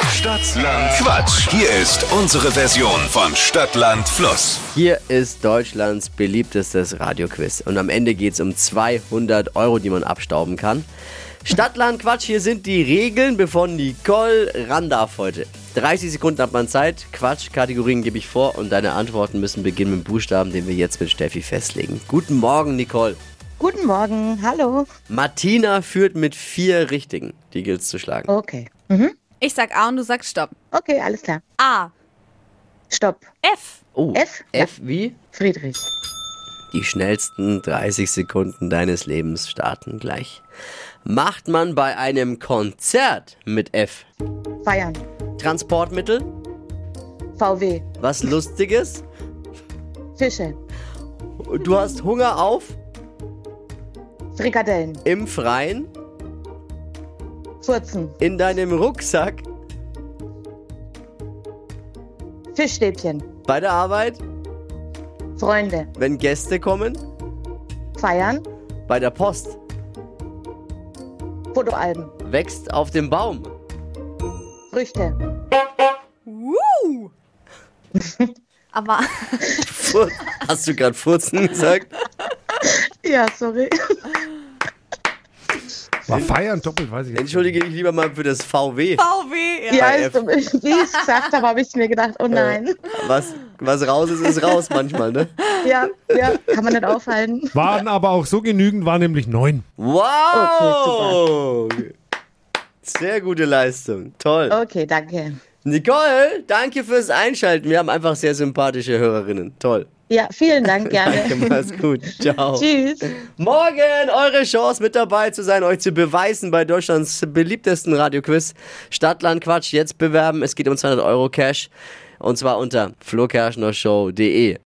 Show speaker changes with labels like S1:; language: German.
S1: Stadtland Quatsch. Hier ist unsere Version von Stadtland Fluss.
S2: Hier ist Deutschlands beliebtestes Radioquiz. Und am Ende geht es um 200 Euro, die man abstauben kann. Stadtland Quatsch, hier sind die Regeln von Nicole Randorf heute. 30 Sekunden hat man Zeit. Quatsch, Kategorien gebe ich vor und deine Antworten müssen beginnen mit dem Buchstaben, den wir jetzt mit Steffi festlegen. Guten Morgen, Nicole.
S3: Guten Morgen, hallo.
S2: Martina führt mit vier Richtigen. Die gilt es zu schlagen.
S3: Okay. Mhm.
S4: Ich sag A und du sagst Stopp.
S3: Okay, alles klar.
S4: A.
S3: Stopp.
S4: F.
S2: Oh,
S3: F?
S2: F wie?
S3: Friedrich.
S2: Die schnellsten 30 Sekunden deines Lebens starten gleich. Macht man bei einem Konzert mit F
S3: Bayern.
S2: Transportmittel?
S3: VW.
S2: Was Lustiges?
S3: Fische.
S2: Du hast Hunger auf?
S3: Frikadellen.
S2: Im Freien?
S3: Furzen.
S2: In deinem Rucksack?
S3: Fischstäbchen.
S2: Bei der Arbeit?
S3: Freunde.
S2: Wenn Gäste kommen?
S3: Feiern.
S2: Bei der Post?
S3: Fotoalben.
S2: Wächst auf dem Baum?
S3: Früchte.
S4: Woo! Aber
S2: Fur hast du gerade Furzen gesagt?
S3: Ja, sorry.
S5: War feiern doppelt, weiß ich jetzt.
S2: Entschuldige dich lieber mal für das VW.
S4: VW, ja.
S3: Ja,
S2: Bei
S3: ist, wie ich es gesagt habe, habe ich mir gedacht, oh nein.
S2: Was, was raus ist, ist raus manchmal, ne?
S3: Ja, ja, kann man nicht aufhalten.
S5: nicht. Waren aber auch so genügend, waren nämlich neun.
S2: Wow! Sehr gute Leistung. Toll.
S3: Okay, danke.
S2: Nicole, danke fürs Einschalten. Wir haben einfach sehr sympathische Hörerinnen. Toll.
S3: Ja, vielen Dank, gerne.
S2: Danke, Oh. mach's gut. Ciao.
S3: Tschüss.
S2: Morgen eure Chance mit dabei zu sein, euch zu beweisen bei Deutschlands beliebtesten Radioquiz Stadtland Quatsch. Jetzt bewerben. Es geht um 200 Euro Cash und zwar unter flokerschnershow.de.